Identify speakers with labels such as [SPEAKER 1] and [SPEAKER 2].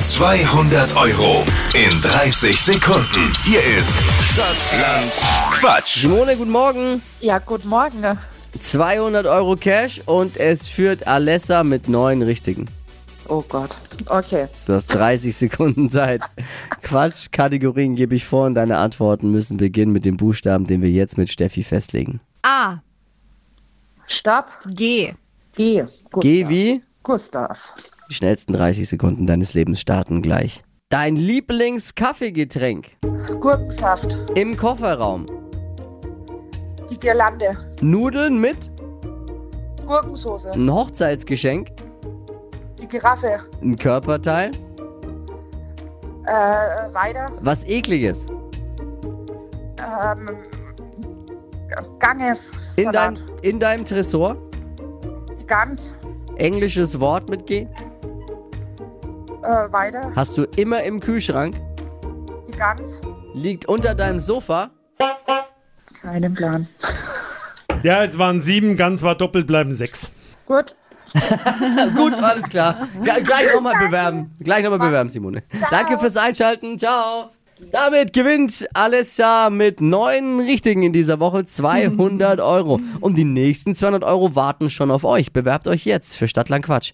[SPEAKER 1] 200 Euro in 30 Sekunden. Hier ist Stadtland Quatsch.
[SPEAKER 2] Simone, guten Morgen.
[SPEAKER 3] Ja, guten Morgen. ne?
[SPEAKER 2] 200 Euro Cash und es führt Alessa mit neun Richtigen.
[SPEAKER 3] Oh Gott. Okay.
[SPEAKER 2] Du hast 30 Sekunden Zeit. Quatsch, Kategorien gebe ich vor und deine Antworten müssen beginnen mit dem Buchstaben, den wir jetzt mit Steffi festlegen.
[SPEAKER 4] A.
[SPEAKER 3] Stab,
[SPEAKER 4] G.
[SPEAKER 3] G. Gustav.
[SPEAKER 2] Geh wie?
[SPEAKER 3] Gustav.
[SPEAKER 2] Die schnellsten 30 Sekunden deines Lebens starten gleich. Dein Lieblingskaffeegetränk
[SPEAKER 3] Gurkensaft.
[SPEAKER 2] im Kofferraum.
[SPEAKER 3] Die Girlande.
[SPEAKER 2] Nudeln mit
[SPEAKER 3] Gurkensoße.
[SPEAKER 2] ein Hochzeitsgeschenk,
[SPEAKER 3] Die Giraffe.
[SPEAKER 2] ein Körperteil,
[SPEAKER 3] Äh, weiter.
[SPEAKER 2] was ekliges
[SPEAKER 3] Ähm, Ganges.
[SPEAKER 2] in, dein,
[SPEAKER 3] Salat.
[SPEAKER 2] in deinem Tresor,
[SPEAKER 3] Die Gans.
[SPEAKER 2] englisches Wort mit G,
[SPEAKER 3] Äh, weiter.
[SPEAKER 2] hast du immer im Kühlschrank,
[SPEAKER 3] Die Gans.
[SPEAKER 2] liegt unter deinem Sofa.
[SPEAKER 3] Keinen Plan.
[SPEAKER 5] Ja, es waren sieben, ganz war doppelt, bleiben sechs.
[SPEAKER 3] Gut.
[SPEAKER 2] Gut, alles klar. Gle- gleich nochmal bewerben. Gleich nochmal bewerben, Simone. Danke fürs Einschalten. Ciao. Damit gewinnt Alessa mit neun Richtigen in dieser Woche 200 Euro. Und die nächsten 200 Euro warten schon auf euch. Bewerbt euch jetzt für Stadtland Quatsch.